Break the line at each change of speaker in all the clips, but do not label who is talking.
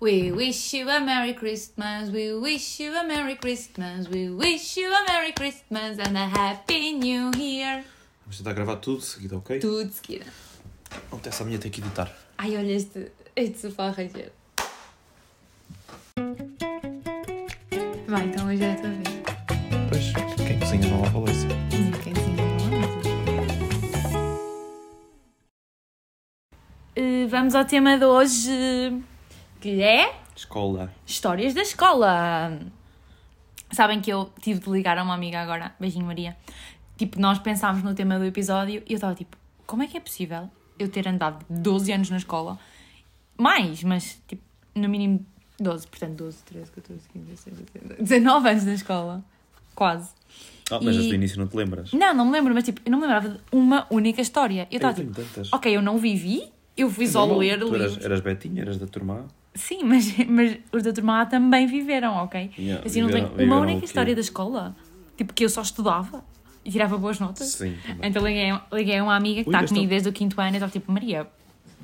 We wish you a Merry Christmas, we wish you a Merry Christmas, we wish you a Merry Christmas and a Happy New Year.
Vamos tentar gravar tudo de seguida, ok?
Tudo de seguida.
Pronto, essa minha tem que editar.
Ai, olha este, este sofá a ranger. Vai, então hoje é a tua vez.
Pois, quem cozinha não lava louça.
Quem se engana. Eh, Vamos ao tema de hoje, que é
Escola.
histórias da escola. Sabem que eu tive de ligar a uma amiga agora, beijinho Maria. Tipo, nós pensámos no tema do episódio e eu estava tipo, como é que é possível eu ter andado 12 anos na escola? Mais, mas tipo, no mínimo 12, portanto 12, 13, 14, 15, 16, 17, 19 anos na escola. Quase.
Ah, mas
E-
desde o início não te lembras?
Não, não me lembro, mas tipo, eu não me lembrava de uma única história. Eu estava
Eu tenho
tipo,
tantas.
ok, eu não vivi, eu fui só
Normal,
ler
tu eras,
livros.
eras Betinha, eras da turma A.
Sim, mas, mas os da turma A também viveram, ok?
Yeah,
assim, eu não
viveram-
tenho uma
viveram o
única
quê?
história da escola, tipo, que eu só estudava e tirava boas notas.
Sim, também.
Então liguei, liguei a uma amiga que
Ui,
está
mas
comigo
tu-
desde o quinto ano e estava tipo, Maria,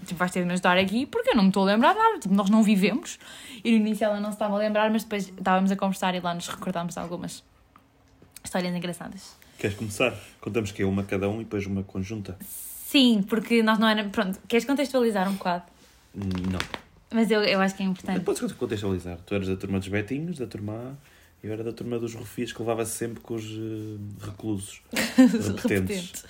tipo, vais ter de me ajudar aqui porque eu não me estou a lembrar de nada, tipo, nós não vivemos. E no início ela não se estava a lembrar, mas depois estávamos a conversar e lá nos recordámos de algumas histórias engraçadas.
Queres começar? Contamos que é uma cada um e depois uma conjunta.
Sim, porque nós não éramos. Pronto, queres contextualizar um bocado?
Não.
Mas eu, eu acho que é importante.
Podes contextualizar. Tu eras da turma dos Betinhos, da turma A. Eu era da turma dos rufias que levava sempre com os eh, reclusos. repetentes.
Repetente.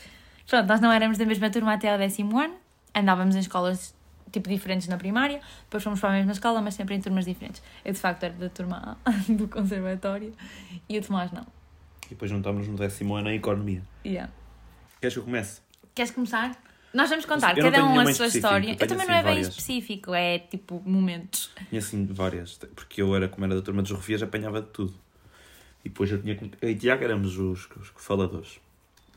Pronto, nós não éramos da mesma turma até ao décimo ano, andávamos em escolas tipo diferentes na primária, depois fomos para a mesma escola, mas sempre em turmas diferentes. Eu de facto era da turma A do conservatório e o Tomás não.
E depois juntámos-nos no décimo ano em economia.
Yeah.
Queres que eu comece?
Queres começar? Nós vamos contar,
Eu não
cada
tenho
um
nenhuma
a
em
sua
específico,
história.
eu
Eu,
tenho,
também
assim,
não é bem
várias.
específico, é tipo momentos.
Tinha assim várias, porque eu era, como era da turma dos rufias, apanhava de tudo. E depois eu tinha. que- Eu e Tiago éramos os, os faladores.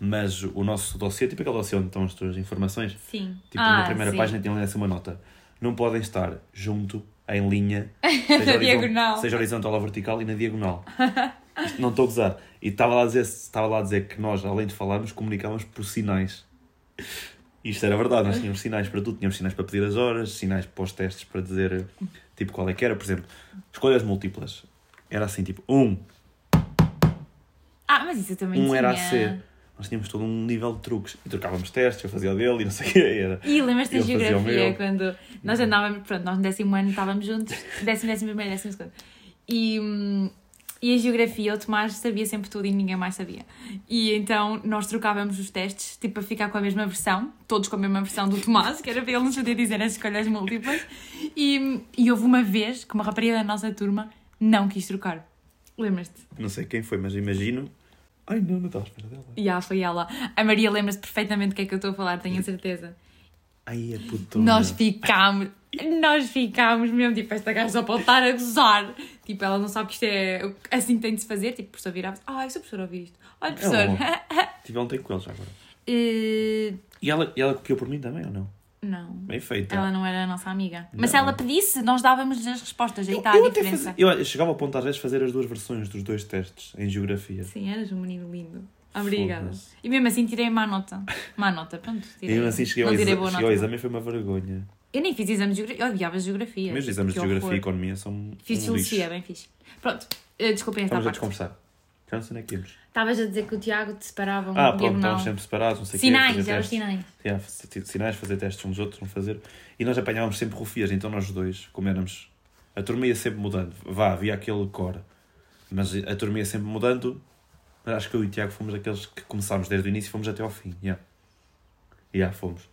Mas o nosso dossiê, tipo aquele dossiê onde estão as tuas informações,
Sim.
tipo
Ah,
na primeira
sim.
página tem assim uma nota. Não podem estar junto, em linha,
Na
seja,
diagonal.
seja horizontal ou vertical e na diagonal. Isto não estou a gozar. E estava lá, a dizer, estava lá a dizer que nós, além de falarmos, comunicávamos por sinais. Isto era verdade, nós tínhamos sinais para tudo, tínhamos sinais para pedir as horas, sinais para os testes para dizer tipo qual é que era, por exemplo, escolhas múltiplas. Era assim, tipo, um,
Ah, mas isso eu também
um era a
tinha.
C. Nós tínhamos todo um nível de truques e trocávamos testes, eu fazia o dele e não sei o que era.
E lembras-te da
Eu fazia o
geografia,
meu. Uhum.
quando nós andávamos, pronto, nós no décimo ano estávamos juntos, décimo, décimo primeiro, décimo segundo. E, hum, e a geografia, o Tomás sabia sempre tudo e ninguém mais sabia. E então nós trocávamos os testes, tipo, para ficar com a mesma versão, todos com a mesma versão do Tomás, que era para ele nos poder dizer as escolhas múltiplas. E, hum, e houve uma vez que uma rapariga da nossa turma não quis trocar. Lembras-te?
Não sei quem foi, mas imagino. Ai não, não estava à espera dela.
E ah, foi ela. A Maria lembra-se perfeitamente do que é que eu estou a falar, tenho a certeza.
Ai, a putona.
Nós ficámos, nós ficámos mesmo, tipo, esta gaja só pode estar a gozar. Tipo, ela não sabe que isto é assim que tem de se fazer. Tipo, o professor virava-se, ai, se o professor ouvir isto,
É
olha, professor.
Tive ontem com eles já agora.
Eh,
E ela, e ela copiou por mim também ou não?
não,
Bem feita.
ela não era a nossa amiga. Mas se
Então. Não.
ela pedisse, nós dávamos-lhes as respostas, aí está a
eu, até
diferença.
fazia- eu chegava ao ponto às vezes de fazer as duas versões dos dois testes em geografia.
Sim, eras um menino lindo. Obrigada.
Foda-se.
E mesmo assim tirei má nota. Má nota, pronto.
E
Tirei.
mesmo assim cheguei,
não
ao,
tirei
exa
boa
cheguei ao
nota.
exame e foi uma vergonha.
Eu nem fiz exame de geografia, eu odiava geografia.
Mesmo os exames
Que
de geografia e
horror.
economia são um
Fiz
lixo.
filosofia, bem fixe. Pronto, eh, desculpem esta
Estamos a
parte.
desconversar. Já não sei onde é que íamos.
Estavas a dizer que o Tiago te separava um
Ah, pronto,
diagonal.
estávamos sempre separados, não sei o quê,
Sinais,
fazer
eram os
testes.
sinais.
Yeah, fazer sinais, fazer testes uns dos outros, não fazer. E nós apanhávamos sempre rufias, então nós dois, como éramos. A turma ia sempre mudando. Vá, havia aquele core. Mas a turma ia sempre mudando. Mas acho que eu e o Tiago fomos aqueles que começámos desde o início e fomos até ao fim. Yeah. Yeah, fomos.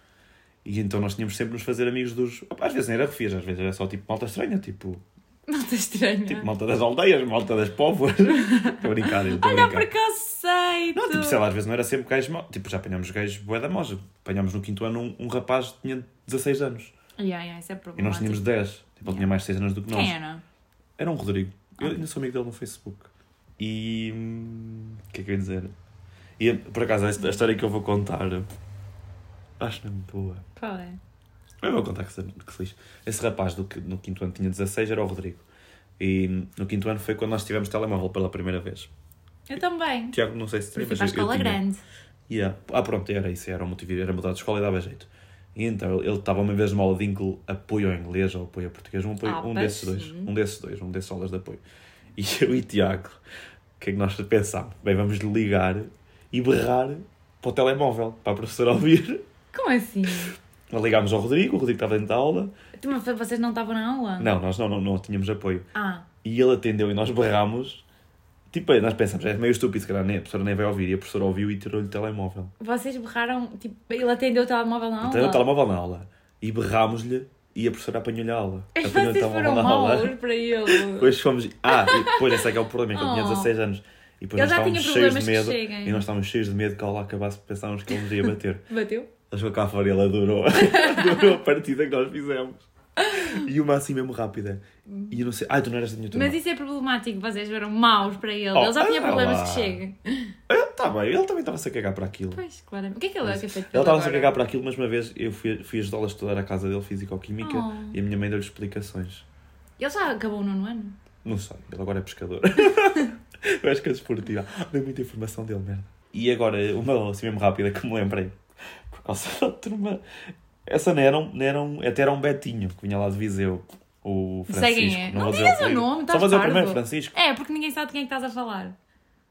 E então nós tínhamos sempre de nos fazer amigos dos. Opa, Às vezes nem era rufias, às vezes era só tipo malta estranha, tipo.
Malta estranha.
Tipo malta das aldeias, malta das povoas. Estou a brincar, eu estou a
Olha
brincar.
preconceito!
Não, tipo, sei lá, às vezes não era sempre gajo mau. Tipo, já apanhámos gajos bué da moja. Apanhámos no quinto ano um, um rapaz que tinha 16 anos.
Yeah, yeah, isso é
E nós
problemático.
tínhamos 10. Tipo, ele tinha mais 6 anos do que nós.
Quem
Era?
era?
um Rodrigo. Eu ainda sou amigo dele no Facebook. E... hum, O que é que eu ia dizer? E, por acaso, a histó- a história que eu vou contar... Acho não boa.
Qual é?
Eu vou contar que se, que se lixe. Esse rapaz do, que- no quinto ano tinha 16, era o Rodrigo. E hum, no quinto ano foi quando nós tivemos telemóvel pela primeira vez.
Eu também.
Tiago, não sei se tem,
Fui
mas
para
eu,
a
eu
escola
tinha-
grande.
Yeah. Ah, pronto, era isso, era o motivo, era mudar de escola e dava jeito. E então ele estava uma vez numa aula de incl- apoio ao inglês ou apoio ao português, um, apoio-
Ah, pois,
um desses dois,
hum.
um desses dois, um desses aulas de apoio. E eu e Tiago, o que é que nós pensámos? Bem, vamos ligar e berrar para o telemóvel, para a professora ouvir.
Como assim?
Nós ligámos ao Rodrigo, o Rodrigo estava dentro da aula.
Tu, mas vocês não estavam na aula?
Não, nós não, não, não tínhamos apoio.
Ah,
E ele atendeu e nós berramos. Tipo, aí nós pensamos, é meio estúpido, se calhar nem, a professora nem vai ouvir. E a professora ouviu e tirou-lhe o telemóvel.
vocês berraram, tipo, ele atendeu o telemóvel na aula?
Então o telemóvel na aula. E berrámos-lhe e a professora apanhou-lhe a aula. Apanhou-lhe o
Vocês foram maus para ele.
Depois fomos. Ah, e depois esse é que é o problema, é que eu tinha
Oh.
16 anos. E depois
Ele
nós
já tinha
estávamos cheios de
problemas que
medo.
cheguem.
E nós estávamos cheios de medo que a aula acabasse, pensávamos que ele nos ia bater.
Bateu?
Ele chegou cá fora e ele adorou. adorou a partida que nós fizemos. E uma assim mesmo rápida. E eu não sei. Ah, tu não eras da minha turma.
Mas isso é problemático, vocês foram maus para ele.
Oh,
ele já tinha
ah,
problemas
lá.
que cheguem.
Ah, tá bem, ele também estava-se a cagar para aquilo.
Pois, claramente. O que é que ele é que é feito
Ele estava-se a
agora?
cagar para aquilo, mas uma vez eu fui, fui ajudá-la a estudar a casa dele, Físico-Química,
Oh.
e a minha mãe deu-lhe explicações.
Ele já acabou o nono ano.
Não sei, ele agora é pescador. eu acho que é desportiva. Deu muita informação dele, merda. E agora, uma assim mesmo rápida que me lembrei. Por causa da turma. Essa não era um, não era um, até era um Betinho que vinha lá de Viseu. O
Não sei
Francisco.
quem é. Não
vou dizer
digas o
primeiro.
nome,
Só
estás
vou dizer o
parvo.
primeiro, Francisco.
É, porque ninguém sabe de quem é que estás a falar.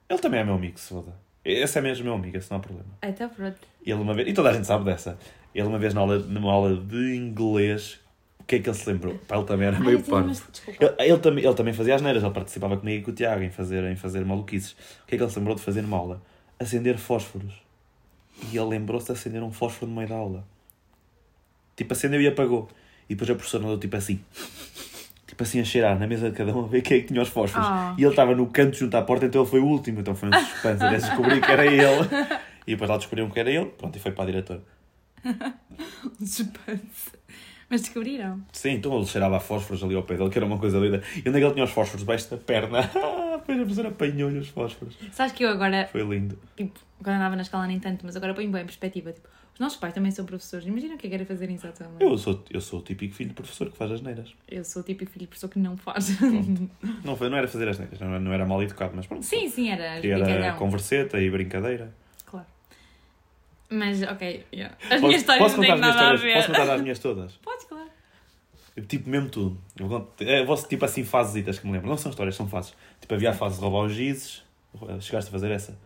Ele também é meu amigo, se foda. Esse é mesmo meu amigo, esse não há problema.
Até pronto.
Ele uma vez, e toda a gente sabe dessa. Ele uma vez na aula, numa aula de inglês, o que é que ele se lembrou? Pá, ele também era
Ai,
meio
sim,
parvo.
mas desculpa.
Ele, ele, também, ele também fazia as neiras, ele participava comigo e com o Tiago em fazer, em fazer maluquices. O que é que ele se lembrou de fazer numa aula? Acender fósforos. E ele lembrou-se de acender um fósforo no meio da aula. Tipo, acendeu e apagou. E depois a professora andou tipo assim. Tipo assim a cheirar na mesa de cada um a ver quem é que tinha os fósforos.
Ah.
E ele estava no canto junto à porta, então ele foi o último. Então foi um suspense até descobrir que era ele. E depois lá descobriram que era ele. Pronto, e foi para a diretora.
Suspense. Mas descobriram.
Sim, então ele cheirava a fósforos ali ao pé dele, que era uma coisa linda. E onde é que ele tinha os fósforos? Debaixo da perna. Ah, Depois a professora apanhou-lhe os fósforos.
Sabes que eu agora,
Foi lindo.
tipo, quando andava na escola nem tanto, mas agora ponho bem em perspectiva. Tipo, os nossos pais também são professores. Imagina o que é que era fazer exatamente.
Eu sou, eu sou o típico filho de professor que faz as neiras.
Eu sou o típico filho de professor que não faz.
Não, foi, não era fazer as neiras, não, era- não era mal educado, mas pronto.
sim, sim, era.
Que era
brincalhão.
converseta e brincadeira.
Claro. Mas, ok. yeah. As minhas histórias não
contar
têm
as minhas
nada a
histórias?
ver.
Posso contar as minhas todas?
Podes, claro.
Eu, Tipo, mesmo tudo. Eu conto- é, Vosso tipo assim, fasesitas que me lembro. Não são histórias, são fases. Tipo, havia a fase de roubar os gizes. Chegaste a fazer essa?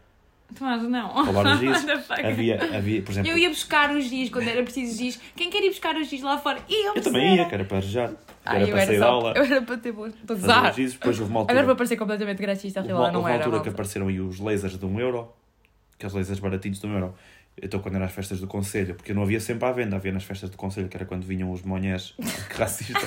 Tomás, não.
Roubar os gizes.
What the fuck?
havia, havia, por exemplo.
Eu ia buscar os giz quando era preciso giz. Quem quer ir buscar os giz lá fora? E eu,
eu também ia, que era para arejar. que
Ai,
era
eu
para
era
sair
só-
da aula.
Eu era para ter bom. Estou a
Fazer
gozar.
os gizes, depois houve uma altura.
Agora vou parecer completamente graxista, sei
Houve uma,
lá,
houve
não
uma
era.
altura que
malta.
apareceram aí os lasers de um euro, aqueles lasers baratinhos de um euro. Então, quando era as festas do Conselho, porque não havia sempre à venda, havia nas festas do Conselho, que era quando vinham os monhés, que racista,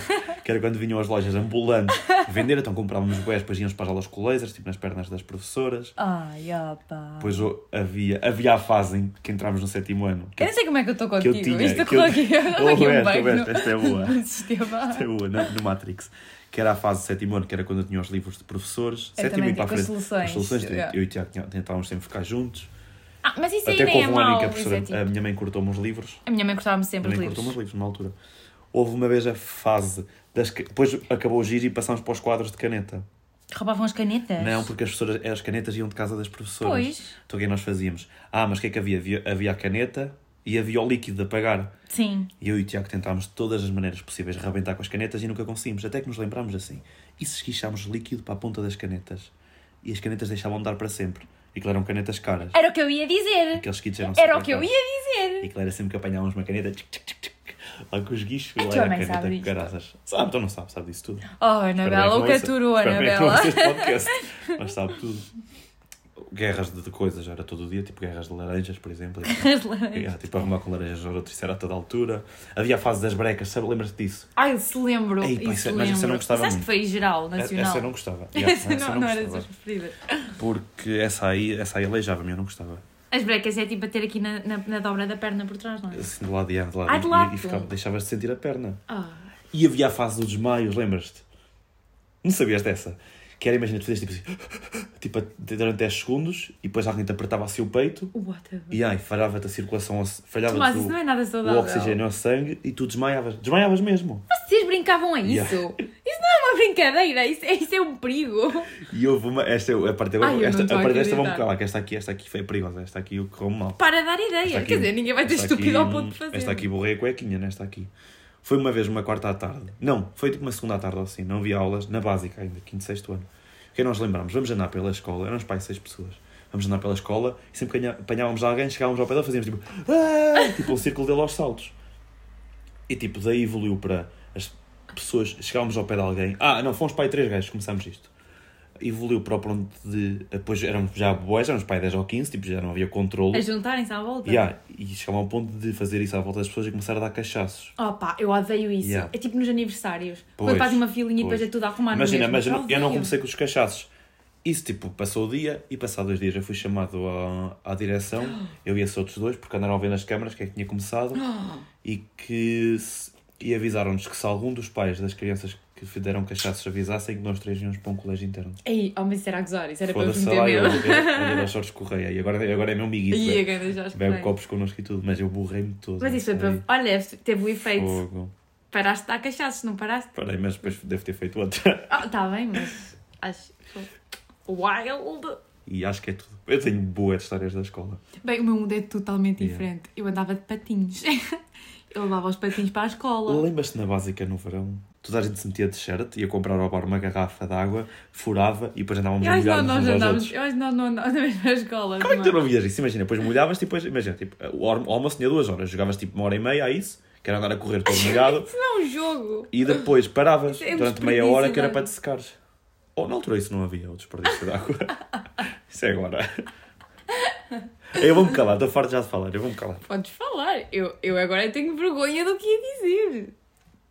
que era quando vinham as lojas ambulantes vender, então comprávamos boés, depois íamos para as aulas com lasers, tipo nas pernas das professoras.
Ai, opa.
Depois o- havia, havia a fase em que entrámos no sétimo ano.
Eu não sei como é que eu estou
que eu
contigo.
tinha,
Isto
que eu-
eu aqui, eu
Oh,
aqui um
Roberto,
bug
Roberto,
no,
esta é boa.
no sistema.
Até o- na- no Matrix, que era a fase de sétimo ano, que era quando eu tinha os livros de professores.
Eu
sétimo
também
e para a
tinha,
frente.
com soluções,
As soluções, eu,
yeah.
e o Tiago tinha- tentávamos sempre ficar juntos.
Ah, mas isso aí
Até que
nem
houve
é
um ano em
mau.
que a
isso é tipo-
professora, a minha mãe cortou-me os livros.
A minha mãe cortava-me sempre os
Minha mãe cortou-me os
livros.
livros, na altura. Houve uma vez a fase das que... Depois acabou o giro e passámos para os quadros de caneta.
Roubavam as canetas?
Não, porque as, professoras, as canetas iam de casa das professoras.
Pois.
Então o que é que nós fazíamos? Ah, mas o que é que havia? havia? Havia a caneta e havia o líquido de apagar.
Sim.
E eu e o Tiago tentámos de todas as maneiras possíveis rebentar com as canetas e nunca conseguimos. Até que nos lembrámos assim. E se esguichámos líquido para a ponta das canetas? E as canetas deixavam de dar para sempre. E claro, eram canetas caras.
Era o que eu ia dizer.
Aqueles kits eram
Era o
super
que eu
caros.
ia dizer.
é E claro, sempre que apanhávamos uma caneta, tchic, tchic, tchic, tchic, lá com os guichos,
A
lá
tua
era a
mãe
caneta
sabe
com
disto.
caraças. Sabe, então não sabe, sabe disso tudo.
Oh, Anabela, o que aturou, Anabela.
Mas sabe tudo. Guerras de, de coisas, era todo o dia, tipo guerras de laranjas, por exemplo. Yeah, tipo arrumar com laranjas, era isso era a toda altura. Havia a fase das brecas, sabe? Lembras-te disso?
Ai, se lembro.
Ei, pá,
isso
isso- é-
lembro.
mas isso eu não gostava
Sabes que
muito.
foi geral,
E-
nacional.
Essa eu não gostava. Yeah,
Essa não, não, era das suas preferidas.
Porque essa aí, essa aí aleijava-me, eu não gostava.
As brecas é tipo a ter aqui na, na, na dobra da perna por trás, não é?
Assim, de lado e de lado.
Ah,
e-
de
e-
lado.
E, ficava, deixavas de sentir a perna.
Ah,
E havia a fase dos desmaios, lembras-te? Não sabias dessa? Que era, imagina, tu fazias tipo assim, tipo, durante 10 segundos e depois alguém te apertava assim o peito
what the...
e ai, falhava-te a circulação, ao-
Tomás,
falhava-te
isso não
o,
é nada
o
saudável.
oxigênio ao sangue e tu desmaiavas. Desmaiavas mesmo.
Vocês brincavam a isso?
Yeah.
Isso não é uma uma brincadeira, isso, é- isso é um perigo.
E houve uma. Esta é a parte agora.
Ai, eu não
esta, a
estou a
parte desta é vamos
acreditar.
calar, que esta aqui, esta aqui foi perigosa. Esta aqui eu correu mal.
Para dar ideia.
Esta aqui-
é, Quer dizer, ninguém vai ter
esta
estúpido
aqui-
ao ponto de fazer.
Esta aqui borrei a cuequinha, nesta aqui. Foi uma vez, uma quarta à tarde. Não, foi tipo uma segunda à tarde ou assim. Não havia aulas, na básica ainda, quinto, sexto ano. O que é que nós lembramos? Vamos andar pela escola, eram os pais seis pessoas. Vamos andar pela escola e sempre que apanhávamos alguém, chegávamos ao pé dele, fazíamos tipo. "Ah!" tipo um círculo dele aos saltos. E tipo, daí evoluiu para as pessoas. Chegávamos ao pé de alguém. Ah, não, fomos pai três gajos, começámos isto. Evoluiu para o ponto de. Depois éramos já boés, éramos pai 10 ou 15, tipo, já não havia controle.
A juntarem-se à volta.
Yeah, e chegava ao ponto de fazer isso à volta das pessoas e começar a dar cachaços.
Oh pá, eu odeio isso.
Yeah.
É tipo nos aniversários.
Pois,
Quando fazem uma filinha e depois
pois.
é tudo arrumado.
imagina,
mesmo.
imagina, eu não
Odeio.
comecei com os cachaços. Isso, tipo, passou o dia e passado dois dias eu fui chamado à, à direção, eu e esses outros dois, porque andaram a ver nas câmaras que é que tinha começado e que se- e avisaram-nos que se algum dos pais das crianças que deram cachaços avisassem que nós três íamos para um colégio interno.
Ei, oh, mas isso era a gozar, isso era para eu
Foda-se
meter
lá, eu
medo.
olhei aos Jorge Correia e agora, agora é meu amiguito.
E
bebe- um
agora já
Bebe
escutei.
copos connosco e tudo, mas eu borrei-me todo.
Mas isso foi
foi
para. Olha, teve o efeito.
fogo.
Paraste de dar cachaços, não paraste?
Peraí, mas depois deve ter feito outra.
Ah, tá bem, mas acho. Wild!
E acho que é tudo. Eu tenho boas histórias da escola.
Bem, o meu mundo é totalmente
Yeah.
diferente. Eu andava de patins. eu levava os patins para a escola.
Lembras-te na básica no verão? Toda a gente se metia de shirt, ia comprar ao bar uma garrafa de água, furava e depois andávamos
Eu
a
acho que
molhar
não, nós
uns aos
andávamos.
outros.
Eu acho que nós não andávamos na mesma escola.
Como é que tu
não é?
não vias isso? Imagina, depois molhavas e depois, imagina, tipo, o almo- o almoço tinha duas horas, jogavas tipo uma hora e meia a isso, que era andar a correr todo molhado,
Isso não é um jogo.
e depois paravas
Isso é um
durante meia hora que era
desperdício,
para
não.
te secares. Ou na altura isso não havia, o desperdício de água. isso é agora. Eu vou-me calar, estou farto já de falar, eu vou-me calar.
Podes falar. Eu, eu agora tenho vergonha do que ia dizer.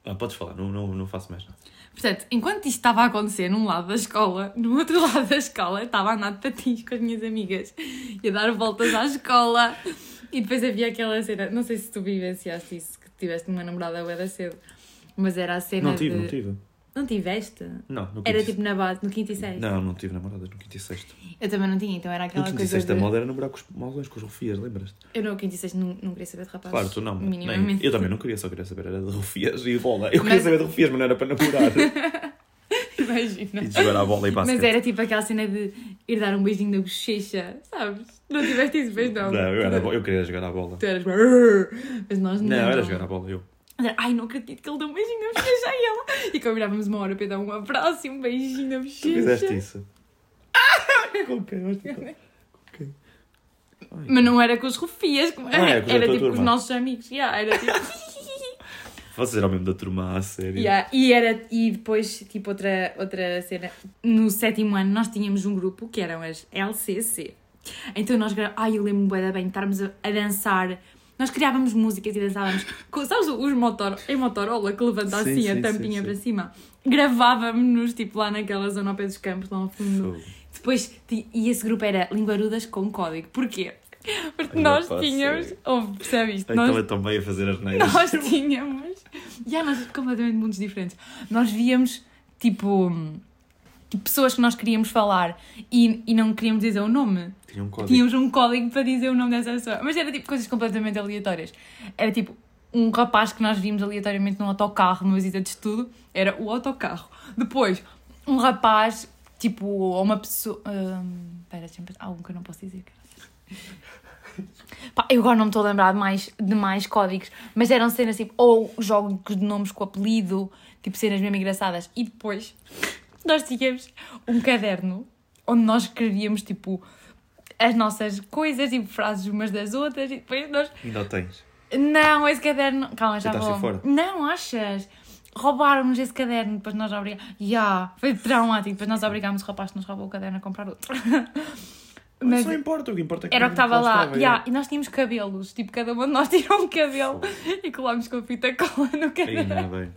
Ah, podes falar, não, não, não faço mais nada.
Portanto, enquanto isto estava a acontecer num lado da escola, no outro lado da escola, eu estava a andar de patins com as minhas amigas e a dar voltas à escola. E depois havia aquela cena, não sei se tu vivenciaste isso, que tiveste uma namorada bué da cedo, mas era a cena
Não tive,
de...
não tive.
Não tiveste?
Não, no quinto
Era
e
tipo na base, no quinto e sexto?
Não, não tive namoradas no quinto e sexto.
Eu também não tinha, então era
No
aquela
quinto e
coisa
sexto
de...
a moda era namorar com os malões, com os rufias, lembras-te?
Eu não, quinto e sexto não, não queria saber de rapazes.
Claro, tu não.
Minimamente.
Nem- eu também não queria, só queria saber, era de rufias e bola. Eu queria
Mas-
saber de rufias, mas não era para namorar.
Imagina.
e de jogar à bola e basquete.
Mas era tipo aquela cena de ir dar um beijinho na bochecha, sabes? Não tiveste isso, pois não.
Não, eu, era, bo- eu queria jogar à bola.
Tu eras. "Arr", Mas nós não.
Não, era jogar à bola, eu.
Era, Ai, não acredito que ele deu um beijinho na bochecha a ela. E combinávamos uma hora para eu dar um abraço e um beijinho na bochecha.
Tu fizeste isso. Com quem? Mas tipo- com quem? Ai,
Mas não era com os rufias, como-
Ah, é, com a
era
tua
tipo com os
turma.
nossos amigos. Yeah, era tipo.
Vocês eram mesmo da turma, a sério.
Yeah, E, era, e depois, tipo, outra, outra cena. No sétimo ano, nós tínhamos um grupo que eram as LCC. Então nós. gra- Ai, eu lembro-me bué da bem de estarmos a, a dançar. Nós criávamos músicas e dançávamos. Com, sabes os motor, em Motorola que levanta
Sim,
assim a
sim,
tampinha
sim,
para
sim.
cima? Gravávamos-nos, tipo, lá naquela zona ao pé dos campos, lá ao fundo.
Fogo.
Depois, ti- e esse grupo era Linguarudas com código. Porquê? Porque
Ai,
nós
opa,
tínhamos.
sério.
Ouve, percebe isto?
Ai,
Nós-
Estava tão bem Então a fazer as neiras.
nós tínhamos. Já, nós completamente mundos diferentes. Nós víamos, tipo, tipo, pessoas que nós queríamos falar e, e não queríamos dizer o nome.
Tinha um código.
Tínhamos um código para dizer o nome dessa pessoa. Mas era tipo coisas completamente aleatórias. Era tipo um rapaz que nós vimos aleatoriamente num autocarro numa visita de estudo. Era o autocarro. Depois, um rapaz, tipo, ou uma pessoa. hum, Espera, deixa-me pensar. Há um que eu não posso dizer, cara. Pá, eu agora não me estou a lembrar de mais, de mais códigos, mas eram cenas tipo, ou jogos de nomes com apelido, tipo cenas mesmo engraçadas. E depois nós tínhamos um caderno onde nós escrevíamos tipo as nossas coisas, tipo frases umas das outras, e depois nós.
Ainda o tens.
Não, esse caderno. Calma, já vou.
Deitaste-o fora?
Não, achas? Roubaram-nos esse caderno, depois nós obrigámos. Ya, foi traumático, depois nós obrigámos o rapaz que nos roubou o caderno a comprar outro.
Mas isso não importa, o que importa é que
Era o que estava lá.
estava,
Yeah, E nós tínhamos cabelos. Tipo, cada uma de nós tirou um cabelo
Fogo.
e colámos com fita cola no
Aí,
cabelo.
não, bem.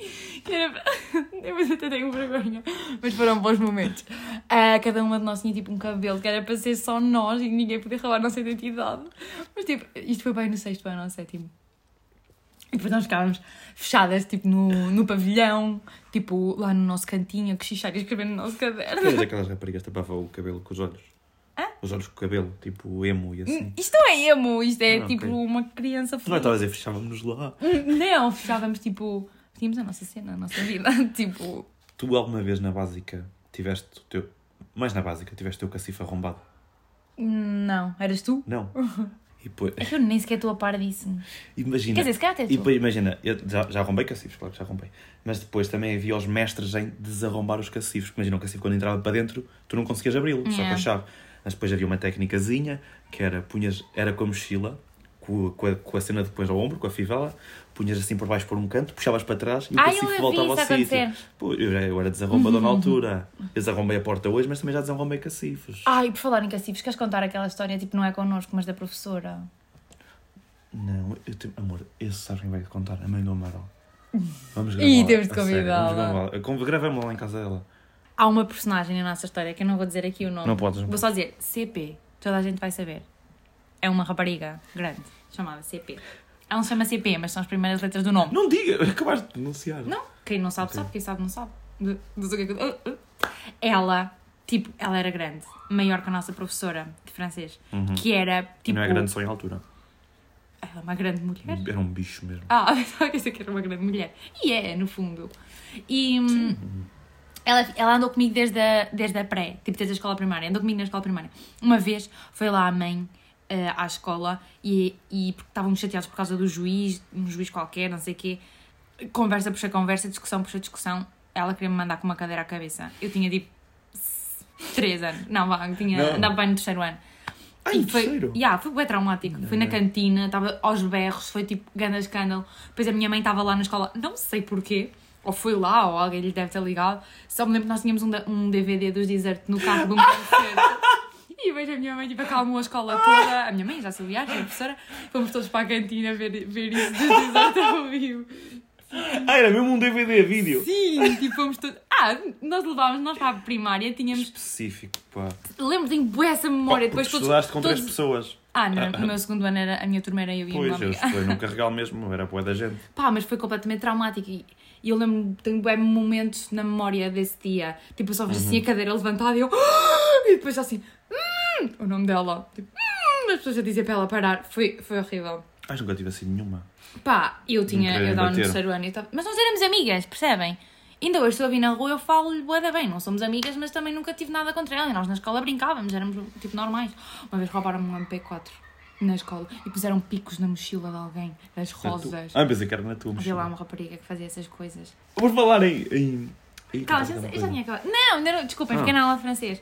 Era... Eu até tenho vergonha. Mas foram bons momentos. Ah, cada uma de nós tinha tipo um cabelo que era para ser só nós e ninguém podia roubar a nossa identidade. Mas tipo, isto foi bem no sexto ano ou no sétimo. E depois nós ficávamos fechadas, tipo, no, no pavilhão, tipo, lá no nosso cantinho, a cochichar e escrever no nosso caderno.
Tu eras aquelas é raparigas que tapavam o cabelo com os olhos? Os olhos com o cabelo, tipo emo e assim.
Isto não é emo, isto é
Ah, ok.
tipo uma criança
Tu não é estavas a dizer, fechávamos-nos lá.
Não, fechávamos tipo. Tínhamos a nossa cena, a nossa vida. tipo,
Tu alguma vez na básica tiveste o teu. Mais na básica, tiveste o teu cacifo arrombado?
Não, eras tu?
Não. E depois.
É que eu nem sequer estou a par disso.
Imagina.
Quer dizer, se calhar até
E
tu.
depois, imagina, eu já, já arrombei cacifros, claro que já arrombei. Mas depois também havia os mestres em desarrombar os cacifros. porque Imagina, o cacifro quando entrava para dentro, tu não conseguias abri-lo, só com a
Yeah.
chave. Mas depois havia uma técnicazinha, que era, punhas, era com a mochila, com, o- com, a, com a cena depois ao ombro, com a fivela, punhas assim por baixo por um canto, puxavas para trás e o
Ah, eu
cacifro
vi
voltava ao
isso
sítio.
acontecer. Uhum.
Pô, eu, já- eu era desarrombador na altura. Eu desarrombei a porta hoje, mas também já desarrombei cacifros.
Ai, por falar em cacifes, queres contar aquela história, tipo, não é connosco, mas da professora?
Não, eu tenho. Amor, esse sabe quem vai contar? A mãe do Amaral. Vamos
Ih, temos de
a sério,
convidá-la.
vamos gravá-la. Con- Gravamos lá em casa dela.
Há uma personagem na nossa história, que eu não vou dizer aqui o nome.
Não podes, não
Vou só dizer CP, toda a gente vai saber. É uma rapariga grande, chamada CP. Ela não se chama CP, mas são as primeiras letras do nome.
Não diga, acabaste de denunciar.
Não, quem não sabe, sabe, quem sabe, não sabe. Não sei o que é que- Ah, ah. Ela, tipo, ela era grande, maior que a nossa professora de francês,
Uhum.
que era
E
tipo.
não é grande só em altura.
Ela é uma grande mulher.
Era um bicho mesmo.
Ah, eu estava a pensar que era uma grande mulher. E é, no fundo. E hum, ela, ela andou comigo desde a, desde a pré, tipo desde a escola primária. Andou comigo na escola primária. Uma vez foi lá a mãe eh, à escola e, e porque estávamos chateados por causa do juiz, um juiz qualquer, não sei o quê. Conversa puxa conversa, discussão puxa discussão. Ela queria me mandar com uma cadeira à cabeça. Eu tinha tipo 3 anos. Não, vá, eu tinha,
Não.
andava bem no terceiro ano.
Ai,
E Tipo, foi,
terceiro?
Yeah, foi bem traumático. Fui na cantina, estava aos berros, foi tipo grande escândalo. Depois a minha mãe estava lá na escola, não sei porquê, ou foi lá, ou alguém lhe deve ter ligado. Só me lembro que nós tínhamos um, da- um DVD dos Desert no carro de um concerto. E vejo a minha mãe, tipo, acalmou a escola toda. A minha mãe já sabia, que era professora. Fomos todos para a cantina ver, ver isso dos Desert ao vivo.
Ah, era mesmo um DVD vídeo.
Sim, tipo, fomos todos. Ah, nós levávamos, nós para a primária, tínhamos.
Específico, pá.
Lembro de boa essa memória.
Oh, Porque
Depois todos.
estudaste com três
todos-
pessoas.
Ah, no, no meu segundo ano era a minha turma era eu e a minha
Pois, eu
amiga.
estudei no carregal mesmo, era boa da gente.
Pá, mas foi completamente traumático e, e eu lembro-me, tenho bem momentos na memória desse dia. Tipo, eu só vejo assim a cadeira levantada e eu... E depois assim... "Hum", o nome dela. Tipo, "Hum", as pessoas a dizer para ela parar. Foi, foi horrível.
Ai, nunca tive assim nenhuma.
Pá, eu tinha...
quererem
Eu estava no
bater.
terceiro ano e eu estava... Mas nós éramos amigas, percebem? Ainda hoje estou a vir na rua eu falo-lhe bué da bem. Não somos amigas, mas também nunca tive nada contra ela. E nós na escola brincávamos, éramos tipo normais. Uma vez roubaram-me um MP4 na escola e puseram picos na mochila de alguém. Das rosas.
Ah, pensei que era na tua
Havia lá
mochila.
uma rapariga que fazia essas coisas.
Vamos falar em. em... em- é
Calma, já, eu já tinha acabado. Não, ainda não, desculpem, fiquei
Ah.
na aula de francês.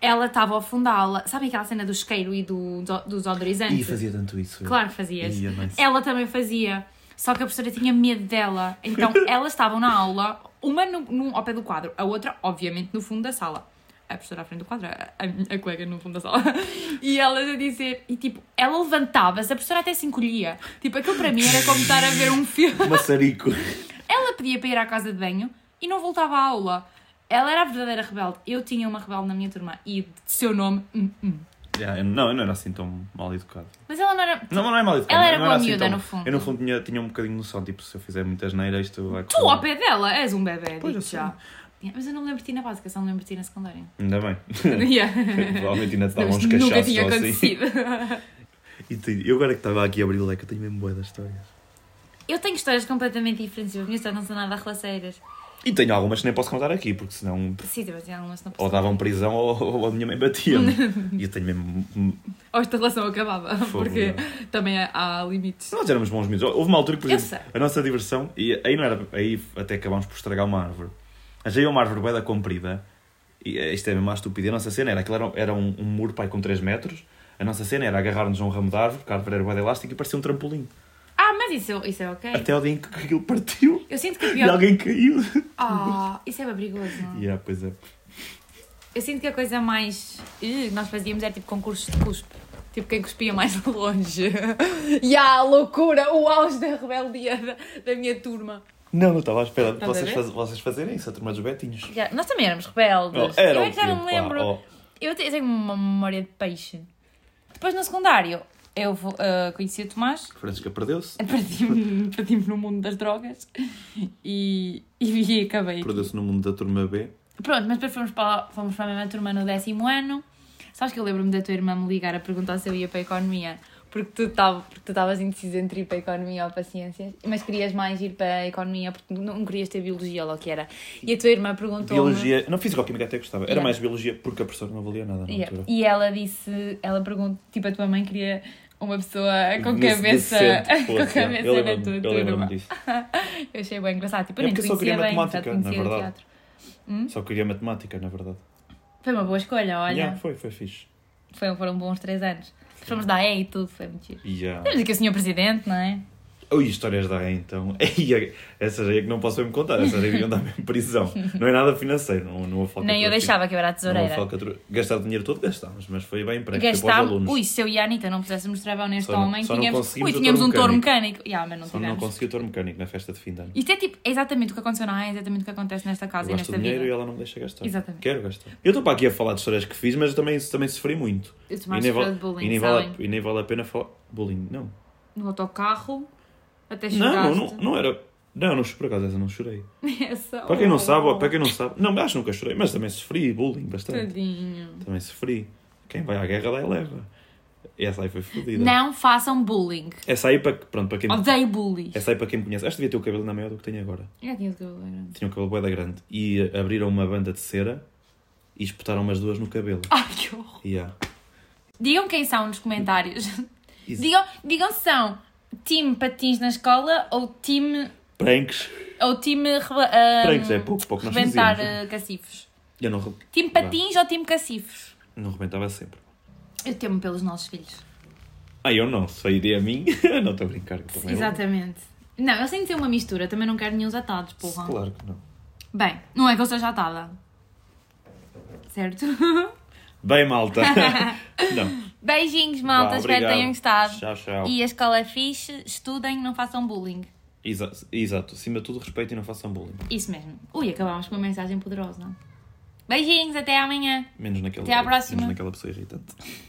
Ela estava ao fundá-la. Sabem aquela cena do isqueiro e do, do, dos odorizantes?
Ih, fazia tanto isso.
é Claro que fazias.
Ia, nice.
Ela também fazia. Só que a professora tinha medo dela. Então elas estavam na aula, uma no, num- ao pé do quadro, a outra, obviamente, no fundo da sala. A professora à frente do quadro, a, a- a colega no fundo da sala. E elas a dizer. E tipo, ela levantava-se, a professora até se encolhia. Tipo, aquilo para mim era como estar a ver um filme.
Maçarico.
Ela pedia para ir à casa de banho e não voltava à aula. Ela era a verdadeira rebelde. Eu tinha uma rebelde na minha turma e de seu nome. hum, hum.
Yeah, eu- não, eu não era assim tão mal educado.
Mas ela não era.
Não, não é mal educado.
Ela era
não
boa
assim
miúda,
tão-
no fundo.
Eu, no fundo, tinha, tinha um bocadinho de noção. Tipo, se eu fizer muitas neiras, isto vai...
Tu, ao pé dela, és um bebê. Pois
Pois, eu
já. Yeah, Mas eu não me lembro de ti na básica, só me lembro de ti na secundária.
Ainda bem.
Yeah.
Provavelmente ainda te davam uns cachaços
Nunca tinha
ou assim.
acontecido.
E te- eu agora que estava aqui a abrir o leque, eu tenho mesmo boas das histórias.
Eu tenho histórias completamente diferentes. As minhas histórias não são nada relaceiras.
E tenho algumas que nem posso contar aqui, porque senão...
Sim, também tinha algumas que não
Ou
posso.
davam prisão ou, ou a minha mãe batia-me. e eu tenho mesmo...
Ou esta relação acabava. Porque também há, há limites.
Nós éramos bons miúdos. Houve uma altura que, por
Eu
exemplo, a nossa diversão... E aí não era... Aí até acabámos por estragar uma árvore. Mas aí é uma árvore bué da comprida. E eh, isto é mesmo uma estupidez. A nossa cena era... Aquilo era, era um, um muro, pai, com 3 metros. A nossa cena era agarrar-nos a um ramo de árvore, porque a árvore era bué de elástica e parecia um trampolim.
Ah, mas isso, isso é ok.
Até o dia em que aquilo partiu
Eu sinto que a
e
pior.
alguém caiu.
Ah, isso é abrigoso.
E yeah, pois é.
Eu sinto que a coisa mais Ih, que nós fazíamos era tipo concursos de cuspe. Tipo quem cuspia mais longe. E a loucura, o auge da rebeldia da, da minha turma.
Não, não estava à espera de
Estás a
vocês,
ver?
faz- vocês fazerem isso, a turma dos Betinhos.
Já- Nós também éramos rebeldes.
Oh, era
eu
o
é que já não me
tempo, pá,
lembro.
oh.
Eu te- eu tenho uma memória de peixe. Depois no secundário, eu vou- ah, conheci o Tomás.
Francisca perdeu-se.
Perdi-me perdi-me no mundo das drogas e, e acabei aqui.
Perdeu-se no mundo da turma B.
Pronto, mas depois fomos para, fomos para a mesma turma no décimo ano. Sabes que eu lembro-me da tua irmã me ligar a perguntar se eu ia para a economia. Porque tu tava- porque tu estavas indeciso entre ir para a economia ou para ciências, mas querias mais ir para a economia porque não querias ter biologia ou lá o que era. E a tua irmã perguntou-me.
Biologia, não fisicoquímica até gostava, era
Então, Yeah.
mais biologia porque a professora não valia nada na
Yeah.
altura.
E ela disse, ela perguntou, tipo, a tua mãe queria uma pessoa é com
Nesse-
cabeça,
decente,
com
fosse, yeah.
cabeça
Eu
na
lembro-me-
tua
eu lembro-me
turma.
disso.
Eu achei bem engraçado, tipo, eu
É
nem te
porque eu só
conhecia bem,
queria
só te
matemática, na
conhecia de
verdade.
teatro.
Só queria matemática, na verdade.
Foi uma boa escolha, olha.
Yeah, foi, foi fixe.
Foi- foram bons três anos. Fomos da E e tudo, foi muito giro.
Yeah.
Temos aqui o senhor presidente, não é?
Ui, histórias da AE, então. Ei, Essas aí é que não posso mesmo contar, essas aí deviam dar mesmo prisão. Não é nada financeiro, não, não houve
nem eu
falcatrua.
deixava que eu era a
Não houve
tesoureira.
falcatrua. Gastar o dinheiro todo gastámos, mas foi bem emprego. foi para os
Gastámos.
alunos.
Ui, se eu e a Anitta não pudéssemos trabalhar neste
Só não-
homem,
só não
tínhamos,
conseguimos
ui,
o
tínhamos um
touro
touro mecânico. Ya, mas não
Só não
tivemos.
consegui o touro mecânico na festa de fim de ano.
Isto é tipo, é exatamente o que aconteceu na A, é exatamente o que acontece nesta casa
Eu
e
gasto
nesta
o dinheiro e
vida.
ela não me deixa gastar.
Exatamente.
Quero gastar. Eu estou para aqui a falar de histórias que fiz, mas eu também, também sofri muito.
Eu
e,
tomar
nem
sofrer
vale-
de
e,
bullying,
nem vale,
sabem?
a- e nem vale a pena falar. Bullying, não.
No autocarro, até
Não,
chegaste.
não, não era. Não, não, por acaso essa não chorei.
É só-
Para
Oh.
quem não sabe, ó, para quem não sabe. Não, acho que nunca chorei, mas também sofri bullying bastante.
Tadinho.
Também sofri. Quem vai à guerra daí leva. Essa aí foi fodida.
Não façam bullying.
Essa aí para, pronto, para quem
Oh,
Odeio bullyes.
Essa aí para quem me conhece. Acho que devia ter o cabelo na maior do que tenho agora.
Eu já é tinha de cabelo grande.
Tinha o cabelo bué da grande. E eh, abriram uma banda de cera e espetaram as duas no cabelo.
Ai, que horror.
Yeah.
Digam quem são nos comentários.
Isso.
Digam, digam se são time patins na escola ou time.
Pranks.
ou time. reba- ah,
Pranks é pouco, pouco nós
rebentar
fazíamos. é?
ah, cacifos.
Eu não, re-
Time patins ou time cacifos?
não rebentava sempre.
Eu temo pelos nossos filhos.
Ah, eu não. Sairia a mim. não estou a brincar. que também eu-
Exatamente. Não, eu sei que tem uma mistura, também não quero nenhum atados, porra.
Claro que não.
Bem, não é que eu seja atada. Certo?
Bem, malta. não.
Beijinhos,
Vá,
malta. Espero que
obrigado.
tenham gostado.
Tchau, tchau.
E a escola é fixe. Estudem, não façam bullying.
Exa- Exato. Acima de tudo, respeito e não façam bullying.
Isso mesmo. Ui, acabámos com uma mensagem poderosa.
Beijinhos, até amanhã.
Menos naquela,
Até à próxima.
Menos naquela pessoa irritante.